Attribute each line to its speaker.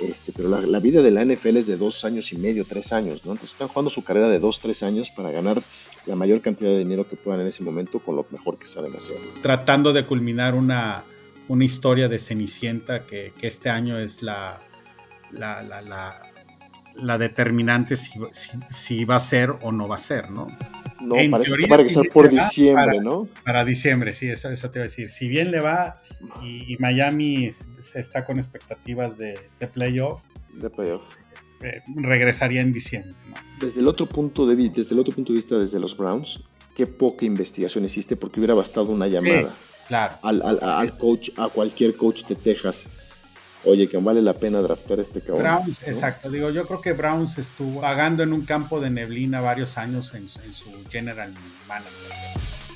Speaker 1: Este, pero la, la, vida de la NFL es de dos años y medio, tres años, ¿no? Entonces están jugando su carrera de dos, tres años para ganar la mayor cantidad de dinero que puedan en ese momento con lo mejor que saben hacer.
Speaker 2: Tratando de culminar una, una historia de Cenicienta que, que este año es la, la, la, la determinante si, si, si, va a ser o no va a ser, ¿no?
Speaker 1: No, en parece teoría, que va a regresar si por diciembre,
Speaker 2: para,
Speaker 1: ¿no?
Speaker 2: Para diciembre, sí, eso, eso, te iba a decir. Si bien le va y, y Miami se está con expectativas de, de playoff,
Speaker 1: de playoff.
Speaker 2: Eh, regresaría en diciembre. ¿no?
Speaker 1: Desde el otro punto de vista, desde el otro punto de vista, desde los Browns, qué poca investigación existe porque hubiera bastado una llamada. Sí,
Speaker 2: claro.
Speaker 1: Al, al, al, coach, a cualquier coach de Texas. Oye, que vale la pena draftar a este cabrón.
Speaker 2: Browns, ¿no? exacto. Digo, yo creo que Browns estuvo vagando en un campo de neblina varios años en, en su general manager.